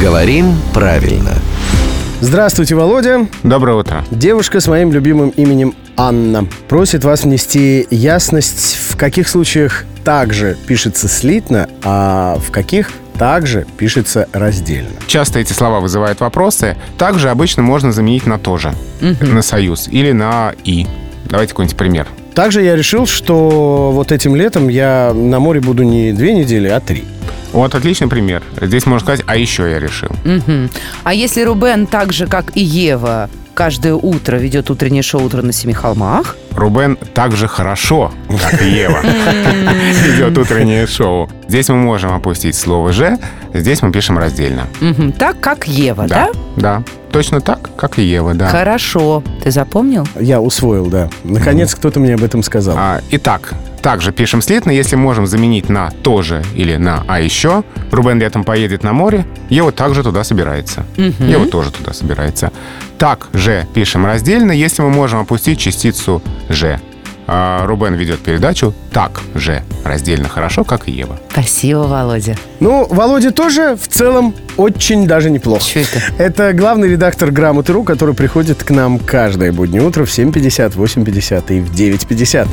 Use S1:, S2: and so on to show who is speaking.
S1: Говорим правильно.
S2: Здравствуйте, Володя.
S3: Доброе утро.
S2: Девушка с моим любимым именем Анна просит вас внести ясность, в каких случаях также пишется слитно, а в каких также пишется раздельно.
S3: Часто эти слова вызывают вопросы. Также обычно можно заменить на «тоже», на «союз» или на «и». Давайте какой-нибудь пример.
S2: Также я решил, что вот этим летом я на море буду не две недели, а три.
S3: Вот отличный пример. Здесь можно сказать «а еще я решил».
S4: Мгм. А если Рубен так же, как и Ева, каждое утро ведет утреннее шоу «Утро на семи холмах»,
S3: Рубен так же хорошо, как и Ева, идет утреннее шоу. Здесь мы можем опустить слово «же», здесь мы пишем раздельно.
S4: мгм, так, как Ева, да?
S3: Да. Точно так, как и Ева, да.
S4: Хорошо. Ты запомнил?
S2: Я усвоил, да. Наконец кто-то мне об этом сказал.
S3: А, итак, также пишем слитно, если можем заменить на «тоже» или на «а еще». Рубен летом поедет на море, Ева также туда собирается. Ева тоже туда собирается. Так же пишем раздельно, если мы можем опустить частицу «же». А, Рубен ведет передачу «так же» раздельно хорошо, как и Ева.
S4: Красиво, Володя.
S2: Ну, Володя тоже в целом очень даже неплохо.
S4: Чё это?
S2: Это главный редактор «Грамоты.ру», который приходит к нам каждое буднее утро в 7.50, 8.50 и в 9.50.